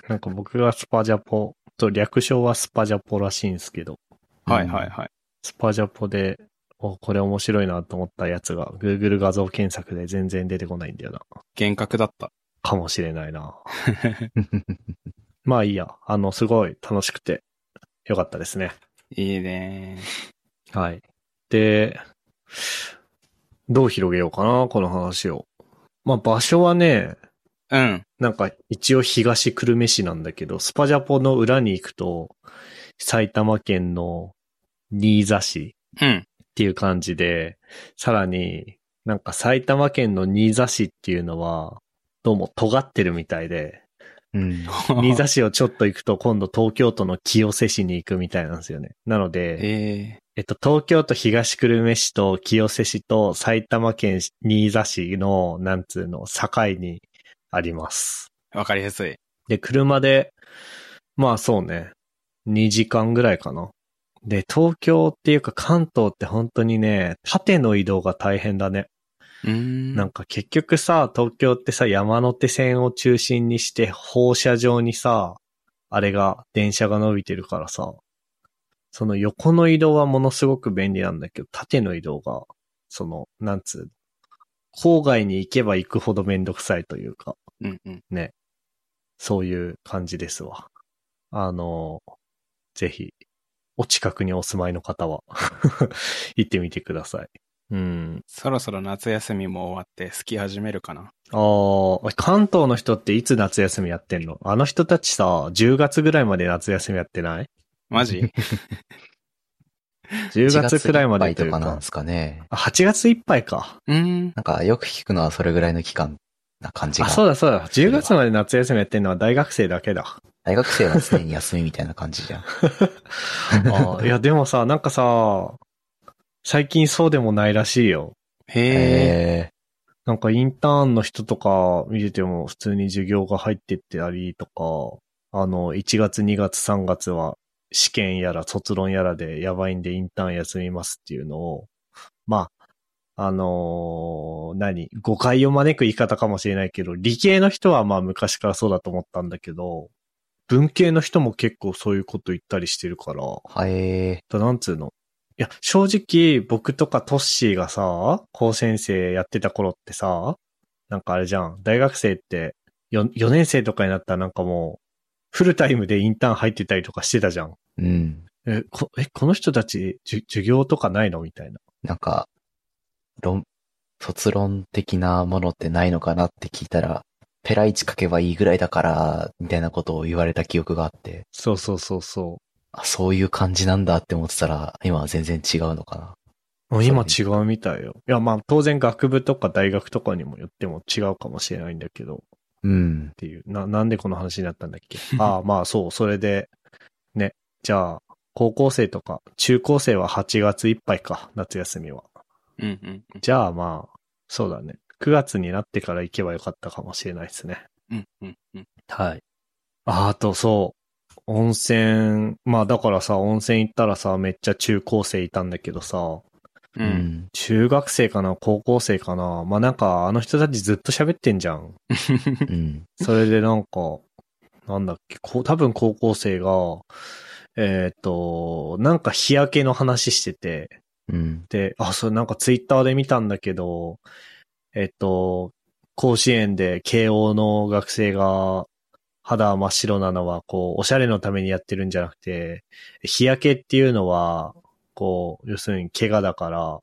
Speaker 1: なんか僕がスパジャポ、と略称はスパジャポらしいんですけど、
Speaker 3: はいはいはい。
Speaker 1: スパジャポで、お、これ面白いなと思ったやつが、Google 画像検索で全然出てこないんだよな。
Speaker 3: 幻覚だった。
Speaker 1: かもしれないな。まあいいや。あの、すごい楽しくて、よかったですね。
Speaker 3: いいね
Speaker 1: はい。で、どう広げようかな、この話を。まあ場所はね、
Speaker 3: うん。
Speaker 1: なんか一応東久留米市なんだけど、スパジャポの裏に行くと、埼玉県の新座市
Speaker 3: うん。
Speaker 1: っていう感じで、さらになんか埼玉県の新座市っていうのは、どうも尖ってるみたいで、
Speaker 2: うん。
Speaker 1: 新座市をちょっと行くと今度東京都の清瀬市に行くみたいなんですよね。なので、
Speaker 3: え
Speaker 1: えっと、東京都東久留米市と清瀬市と埼玉県新座市の、なんつうの、境にあります。
Speaker 3: ー、わかりやすい。
Speaker 1: で、車で、まあそうね、2時間ぐらいかな。で、東京っていうか関東って本当にね、縦の移動が大変だね。
Speaker 3: うーん。
Speaker 1: なんか結局さ、東京ってさ、山手線を中心にして放射状にさ、あれが、電車が伸びてるからさ、その横の移動はものすごく便利なんだけど、縦の移動が、その、なんつう、郊外に行けば行くほどめんどくさいというか、
Speaker 3: うんうん。
Speaker 1: そういう感じですわ。あの、ぜひ、お近くにお住まいの方は、 行ってみてください。うん。
Speaker 3: そろそろ夏休みも終わって、好き始めるかな。
Speaker 1: ああ、関東の人っていつ夏休みやってんのあの人たちさ、10月ぐらいまで夏休みやってない
Speaker 3: マジ
Speaker 1: ?10 月くらいまで
Speaker 2: 1月
Speaker 1: とい
Speaker 2: ぱ
Speaker 1: う
Speaker 2: とかなん
Speaker 1: か
Speaker 2: で。すかね。
Speaker 1: あ8月いっぱいか。
Speaker 3: うーん。
Speaker 2: なんかよく聞くのはそれぐらいの期間な感じが。
Speaker 1: あ、そうだそうだ。10月まで夏休みやってんのは大学生だけ だ。
Speaker 2: 大学生は常に休みみたいな感 じじゃん。
Speaker 1: あーいや、でもさ、なんかさ、最近そうでもないらしいよ。
Speaker 3: へえ。
Speaker 2: へえ。
Speaker 1: なんかインターンの人とか見てても普通に授業が入ってってたりとか、あの、1月2月3月は試験やら卒論やらでやばいんでインターン休みますっていうのを、まあ、あのー何誤解を招く言い方かもしれないけど、理系の人はまあ昔からそうだと思ったんだけど、文系の人も結構そういうこと言ったりしてるから、
Speaker 2: はえ
Speaker 1: と、なんつうの。いや、正直、僕とかトッシーがさ、高先生やってた頃ってさ、なんかあれじゃん、大学生って4、4年生とかになったらなんかもう、フルタイムでインターン入ってたりとかしてたじゃん。
Speaker 2: ー。うん。
Speaker 1: え、こえこの人たち、じゅ授業とかないのみたいな。
Speaker 2: なんか、論、卒論的なものってないのかなって聞いたら、ペライチ書けばいいぐらいだから、みたいなことを言われた記憶があって、
Speaker 1: そうそうそうそ
Speaker 2: あ、そういう感じなんだって思ってたら、今は全然違うのかな。
Speaker 1: う。もう今違
Speaker 2: そう
Speaker 1: みたいよ。いや、まあ当然学部とか大学とかにもよっても違うかもしれないんだけど。
Speaker 2: うん
Speaker 1: っ。ていう。な、なんでこの話になったんだっけああ、まあそう、それで、ね。じゃあ、高校生とか、中高生は8月いっぱいか、夏休みは。
Speaker 3: うんうん
Speaker 1: じゃあまあ、そうだね。9月になってから行けばよかったかもしれないですね。
Speaker 3: うん。うんうんうん。
Speaker 1: はい。あ、あとそう。温泉、まあだからさ、温泉行ったらさ、めっちゃ中高生いたんだけどさ、
Speaker 3: う。
Speaker 2: うんん。
Speaker 1: 中学生かな、高校生かな、まあなんかあの人たちずっと喋ってんじゃん。
Speaker 2: うん。
Speaker 1: それでなんか、なんだっけ、こう多分高校生が、えっ、と、なんか日焼けの話してて、
Speaker 2: うん。
Speaker 1: で、あ、それなんかツイッターで見たんだけど、えっと、甲子園で慶応の学生が肌真っ白なのは、こう、おしゃれのためにやってるんじゃなくて、日焼けっていうのは、こう、要するに怪我だから、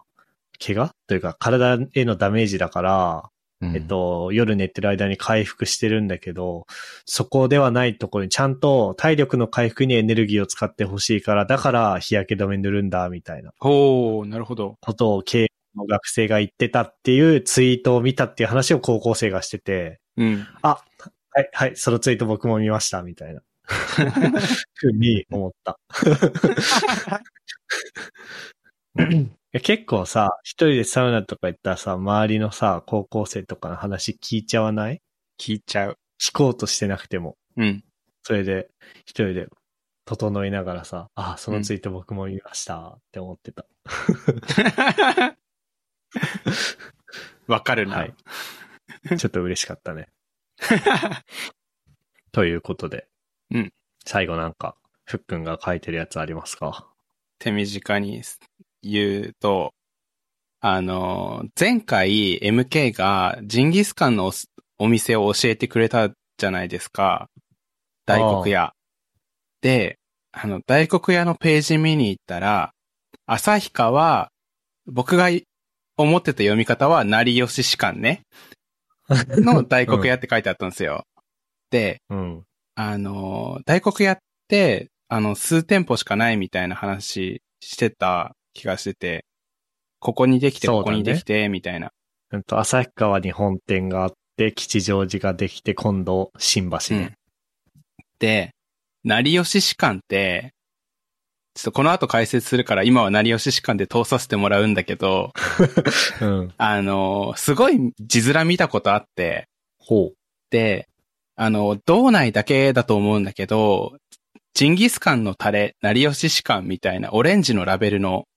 Speaker 1: 怪我というか体へのダメージだから、
Speaker 2: うん
Speaker 1: えっ、と、夜寝てる間に回復してるんだけど、そこではないところにちゃんと体力の回復にエネルギーを使ってほしいから、だから日焼け止め塗るんだ、みたいな。
Speaker 3: ほう、なるほど。
Speaker 1: ことを経営の学生が言ってたっていうツイートを見たっていう話を高校生がしてて、
Speaker 3: うん。
Speaker 1: はい、はい、そのツイート僕も見ました、みたいな。ふうに思った。いや結構さ、一人でサウナとか行ったらさ、周りのさ、高校生とかの話聞いちゃわない
Speaker 3: 聞いちゃう。
Speaker 1: 聞こうとしてなくても。
Speaker 3: うん。
Speaker 1: それで、一人で整いながらさ、あ、そのツイート僕も見ましたって思ってた。
Speaker 3: わかるな。
Speaker 1: はい。ちょっと嬉しかったね。ということで。
Speaker 3: うん
Speaker 1: 最後なんか、ふっくんが書いてるやつありますか
Speaker 3: 手短に言うと、あの、前回 MK がジンギスカンのおすお店を教えてくれたじゃないですか。大黒屋。で、あの、大黒屋のページ見に行ったら、旭川、僕が思ってた読み方は、成吉士官ね。の大黒屋って書いてあったんですよ。で、
Speaker 1: うん。
Speaker 3: あの、大黒屋って、あの、数店舗しかないみたいな話してた気がしてて、ここにできて、
Speaker 1: そうだ
Speaker 3: こ
Speaker 1: ね
Speaker 3: こにできて、みたいな。
Speaker 1: うんと、旭川に本店があって、吉祥寺ができて、今度、新橋ね。
Speaker 3: で、成吉士官って、ちょっとこの後解説するから、今は成吉士官で通させてもらうんだけど、
Speaker 1: うん。
Speaker 3: あの、すごい字面見たことあって、
Speaker 1: ほ
Speaker 3: で、あの、道内だけだと思うんだけど、ジンギスカンのタレ、成吉士カンみたいなオレンジのラベルの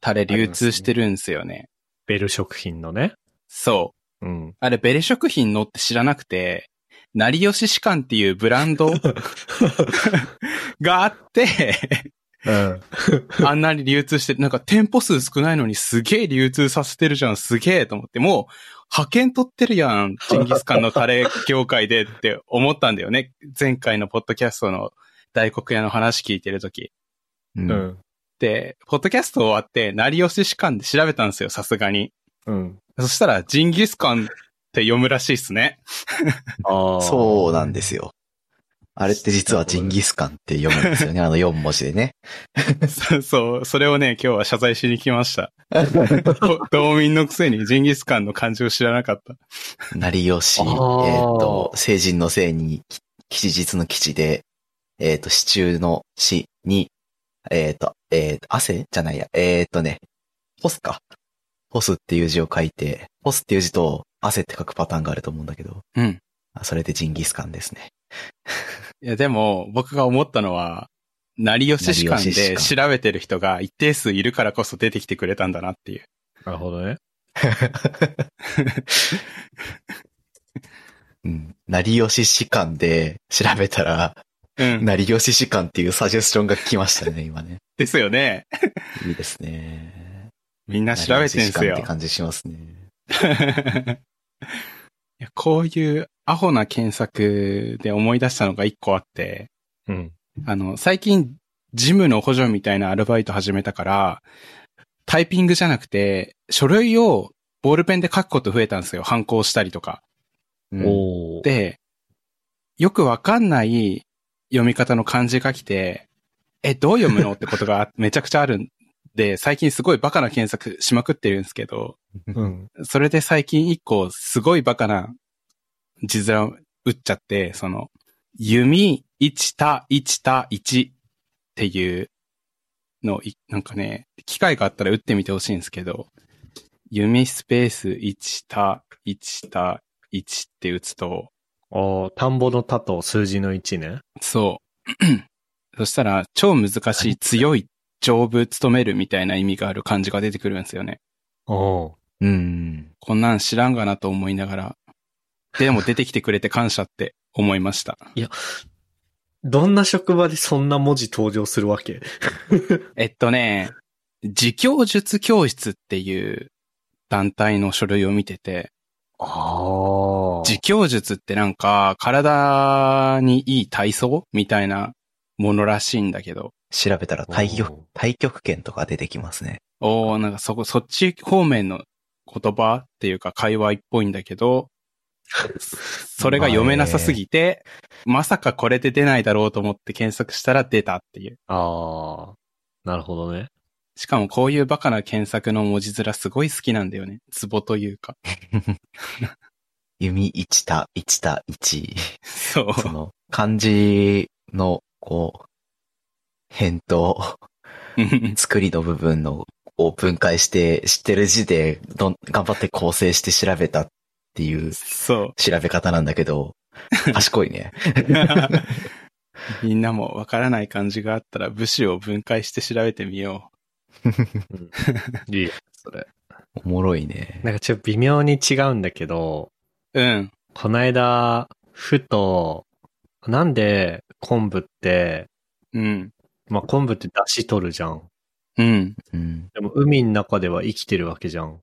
Speaker 3: タレ流通してるんですよね。
Speaker 1: ベル食品のね。
Speaker 3: そう。
Speaker 1: うん。
Speaker 3: あれ、ベレ食品のって知らなくて、成吉士カンっていうブランドがあって、
Speaker 1: うん。
Speaker 3: あんなに流通してる。なんか店舗数少ないのにすげえ流通させてるじゃん、すげえと思って、もう派遣取ってるやん、ジンギスカンのタレ業界でって思ったんだよね。前回のポッドキャストの大黒屋の話聞いてるとき。
Speaker 2: う。
Speaker 1: うんん。
Speaker 3: で、ポッドキャスト終わって、成吉士カンで調べたんですよ、さすがに。
Speaker 1: うん。
Speaker 3: そしたら、ジンギスカンって読むらしいっすね。
Speaker 1: ああ。
Speaker 2: そうなんですよ。あれって実はジンギスカンって読むんです よね。あの4文字でね。
Speaker 3: そうそう、それをね、今日は謝罪しに来ました。ど 道民のくせにジンギスカンの漢字を知らなかった。
Speaker 2: 成吉、えっ、
Speaker 1: あー
Speaker 2: と、成人の成に、き吉日の吉で、えっ、と、支柱の死に、えっ、と、えっ、と、汗じゃないや、えっ、とね、干すか。干すっていう字を書いて、干すっていう字と汗って書くパターンがあると思うんだけど、
Speaker 3: うん。
Speaker 2: あそれでジンギスカンですね。
Speaker 3: いや、でも、僕が思ったのは、成吉士官
Speaker 2: 成吉
Speaker 3: で
Speaker 2: 士
Speaker 3: 調べてる人が一定数いるからこそ出てきてくれたんだなっていう。
Speaker 1: なるほどね。
Speaker 2: うん。成吉士官で調べたら、
Speaker 3: うん。
Speaker 2: 成吉士官っていうサジェスションが来ました ね、今ね。
Speaker 3: ですよね。
Speaker 2: いいですね。
Speaker 3: みんな調べてんす
Speaker 2: っ
Speaker 3: よ
Speaker 2: て。感じしますね。
Speaker 3: いやこういうアホな検索で思い出したのが一個あって、
Speaker 1: うん。
Speaker 3: あの、最近、ジムの補助みたいなアルバイト始めたから、タイピングじゃなくて、書類をボールペンで書くこと増えたんですよ。反抗したりとか。
Speaker 2: うん
Speaker 1: おお。
Speaker 3: で、よくわかんない読み方の漢字が来て、え、どう読むのってことがめちゃくちゃあるんで、最近すごいバカな検索しまくってるんですけど、
Speaker 1: うん。
Speaker 3: それで最近一個すごいバカな字面を打っちゃって、その、弓1た1た1っていうのをい、なんかね、機会があったら打ってみてほしいんですけど、弓スペース1た1た1って打つと、
Speaker 1: おー田んぼの田と数字の1ね。
Speaker 3: そう。 そしたら、超難しい、強い、丈夫、務めるみたいな意味がある漢字が出てくるんですよね。
Speaker 1: おー
Speaker 2: うん。
Speaker 3: こんなん知らんがなと思いながら、でも出てきてくれて感謝って思いました。
Speaker 1: どんな職場でそんな文字登場するわけ
Speaker 3: えっとね、自教術教室っていう団体の書類を見てて、
Speaker 1: ああ
Speaker 3: 自教術ってなんか体にいい体操みたいなものらしいんだけど、
Speaker 2: 調べたら対極、対極拳とか出てきますね。
Speaker 3: おー、なんかそこ、そっち方面の言葉っていうか会話っぽいんだけ ど、それが読めなさすぎて、まさかこれで出ないだろうと思って検索したら出たっていう。
Speaker 1: ああ。なるほどね。
Speaker 3: しかもこういうバカな検索の文字面すごい好きなんだよね。ツボという か。
Speaker 2: 弓1た1た1。
Speaker 3: そう。
Speaker 2: その、漢字の、こう、変と、作りの部分のを分解して、知ってる字でどん、頑張って構成して調べたっていう
Speaker 3: そ
Speaker 2: 調べ方なんだけど、賢いね。
Speaker 3: う。 みんなもわからない漢字があったら武士を分解して調べてみよ
Speaker 1: いい。それ。
Speaker 2: おもろいね。
Speaker 1: なんかちょっと微妙に違うんだけど、
Speaker 3: う。うん。
Speaker 1: こないだ、ふと、なんで昆布って、
Speaker 3: うん。
Speaker 1: まあ、昆布って出汁取るじゃん。
Speaker 3: うん。
Speaker 2: うん。
Speaker 1: でも海の中では生きてるわけじゃん。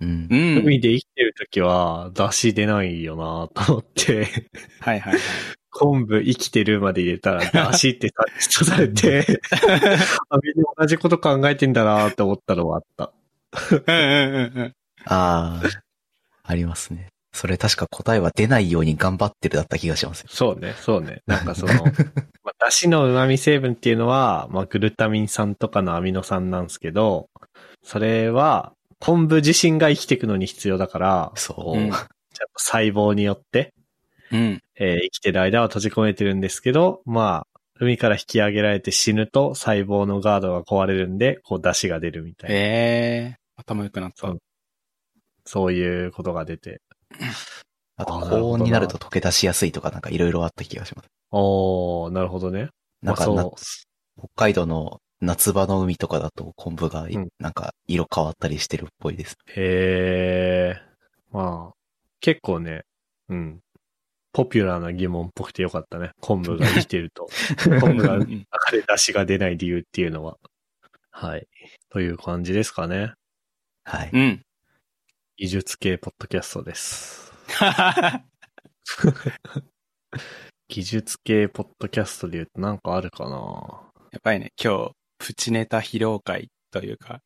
Speaker 2: うん
Speaker 3: う。ん。
Speaker 1: 海で生きてるときは出汁出ないよなと思って、
Speaker 3: はいはいはい。
Speaker 1: 昆布生きてるまで入れたら出汁ってさ出されて、 あ、みんな同じこと考えてんだなって思ったのはあった。
Speaker 3: うんうんうんうん。
Speaker 2: ああ、ありますね。それ確か答えは出ないように頑張ってるだった気がします。
Speaker 1: そうね、そうね。なんかそ の、まあ、出汁の旨味成分っていうのは、まあ、グルタミン酸とかのアミノ酸なんですけど、それは、昆布自身が生きていくのに必要だから、
Speaker 2: そう。
Speaker 3: うん
Speaker 1: ちゃんと細胞によって、
Speaker 3: うん。
Speaker 1: えー生きてる間は閉じ込めてるんですけど、まあ、海から引き上げられて死ぬと細胞のガードが壊れるんで、こう出汁が出るみたいな。
Speaker 3: ええ頭良くなった。
Speaker 1: そうそういうことが出て。
Speaker 2: あと
Speaker 1: あー
Speaker 2: 高温になると溶け出しやすいとかなんかいろいろあった気がします。
Speaker 1: おー、なるほどね。
Speaker 2: なんか
Speaker 1: まあ
Speaker 2: な、
Speaker 1: そう
Speaker 2: 北海道の夏場の海とかだと昆布がい
Speaker 1: うん
Speaker 2: なんか色変わったりしてるっぽいです。
Speaker 1: へー。まあ、結構ね、うん。ポピュラーな疑問っぽくてよかったね。昆布が生きてる と。昆布が
Speaker 3: う
Speaker 1: 中
Speaker 3: ん
Speaker 1: で出汁が出ない理由っていうのは。はい。という感じですかね。
Speaker 2: はい。
Speaker 3: うん。
Speaker 1: 技術系ポッドキャストです。技術系ポッドキャストで言うとなんかあるかな
Speaker 3: やばいね、今日、プチネタ披露会というか、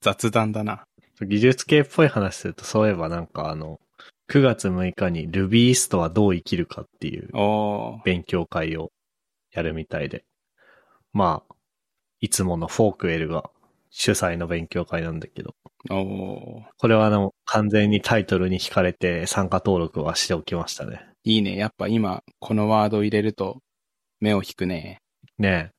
Speaker 3: 雑談だな。
Speaker 1: 技術系っぽい話すると、そういえばなんかあの、9月6日にルビーストはどう生きるかっていう
Speaker 3: おー。
Speaker 1: 勉強会をやるみたいで。まあ、いつものフォークエルが主催の勉強会なんだけど、
Speaker 3: おー。
Speaker 1: これはあの、完全にタイトルに惹かれて参加登録はしておきましたね。
Speaker 3: いいね。やっぱ今、このワード入れると、目を引くね。
Speaker 1: ね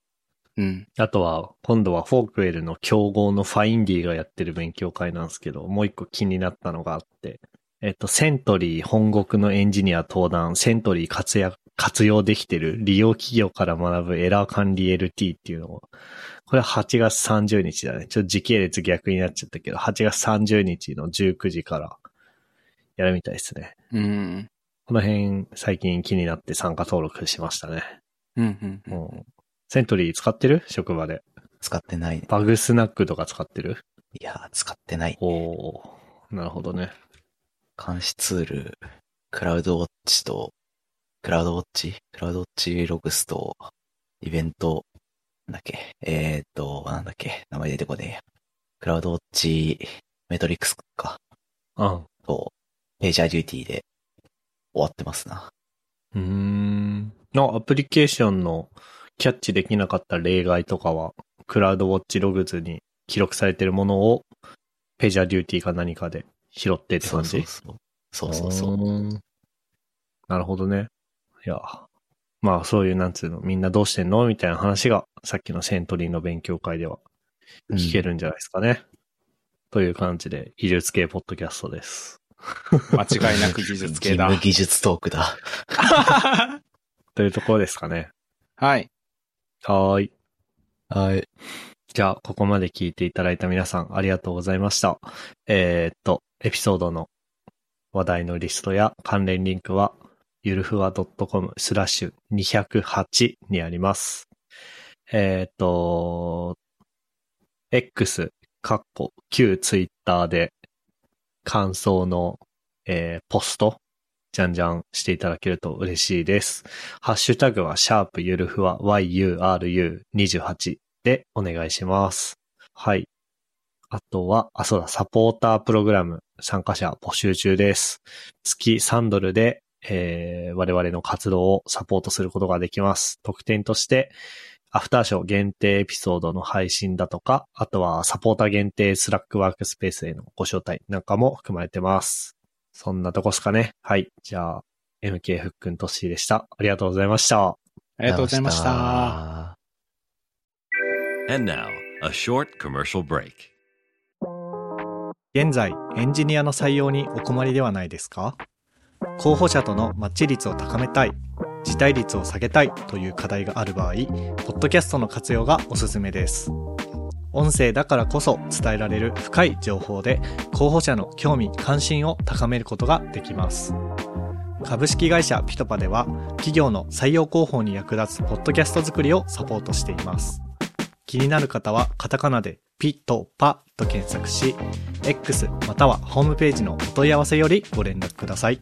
Speaker 3: うん。
Speaker 1: え。あとは、今度はフォークエルの競合のファインディがやってる勉強会なんですけど、もう一個気になったのがあって、えっと、セントリー本国のエンジニア登壇、セントリー活躍活用できてる利用企業から学ぶエラー管理 LT っていうのを、これは8月30日だね。ちょっと時系列逆になっちゃったけど、8月30日の19時からやるみたいですね。
Speaker 3: うん。
Speaker 1: この辺最近気になって参加登録しましたね。
Speaker 3: うん。うん。
Speaker 1: もうセントリー使ってる職場で。
Speaker 2: 使ってないね。
Speaker 1: バグスナックとか使ってる
Speaker 2: いやー、使ってない。
Speaker 1: おー、なるほどね。
Speaker 2: 監視ツール、クラウドウォッチと、クラウドウォッチクラウドウォッチログスと、イベント、なんだっけ、えーっと、なんだっけ、名前出てこねえや。クラウドウォッチメトリックスか、
Speaker 1: うん。
Speaker 2: と、ページャーデューティーで終わってますな。
Speaker 1: うーん。のアプリケーションのキャッチできなかった例外とかは、クラウドウォッチログズに記録されてるものを、ページャーデューティーか何かで拾ってって
Speaker 2: そ
Speaker 1: 感
Speaker 2: う
Speaker 1: じ
Speaker 2: そうそう。そうそうそう。
Speaker 1: う。なるほどね。いや、まあそういうなんつうの、みんなどうしてんのみたいな話が、さっきのセントリーの勉強会では 聞けるんじゃないですかね。という感じで、技術系ポッドキャストです。
Speaker 3: 間違いなく技術系だ
Speaker 2: 義。務技術トークだ。
Speaker 1: というところですかね。
Speaker 3: はい。
Speaker 1: はーい。
Speaker 2: はい。
Speaker 1: じゃあ、ここまで聞いていただいた皆さん、ありがとうございました。えーっと、エピソードの話題のリストや関連リンクは、ゆるふわ .com スラッシュ208にあります。えーっと、X、カッコ、旧ツイッターで、感想の、えーポスト、じゃんじゃんしていただけると嬉しいです。ハッシュタグは、シャープゆるふわ yuru28 でお願いします。はい。あとは、あ、そうだ、サポータープログラム参加者募集中です。月3ドルで、えー我々の活動をサポートすることができます。特典として、アフターショー限定エピソードの配信だとか、あとはサポーター限定スラックワークスペースへのご招待なんかも含まれてます。そんなとこっすかね。はい。じゃあ、MK ふっくんとっしーでした。ありがとうございました。
Speaker 3: ありがとうございました。。
Speaker 4: And now, a short commercial break.
Speaker 1: 現在エンジニアの採用にお困りではないですか候補者とのマッチ率を高めたい辞退率を下げたいという課題がある場合ポッドキャストの活用がおすすめです音声だからこそ伝えられる深い情報で候補者の興味関心を高めることができます株式会社ピトパでは企業の採用広報に役立つポッドキャスト作りをサポートしています気になる方はカタカナでピトパと検索し X またはホームページのお問い合わせよりご連絡ください。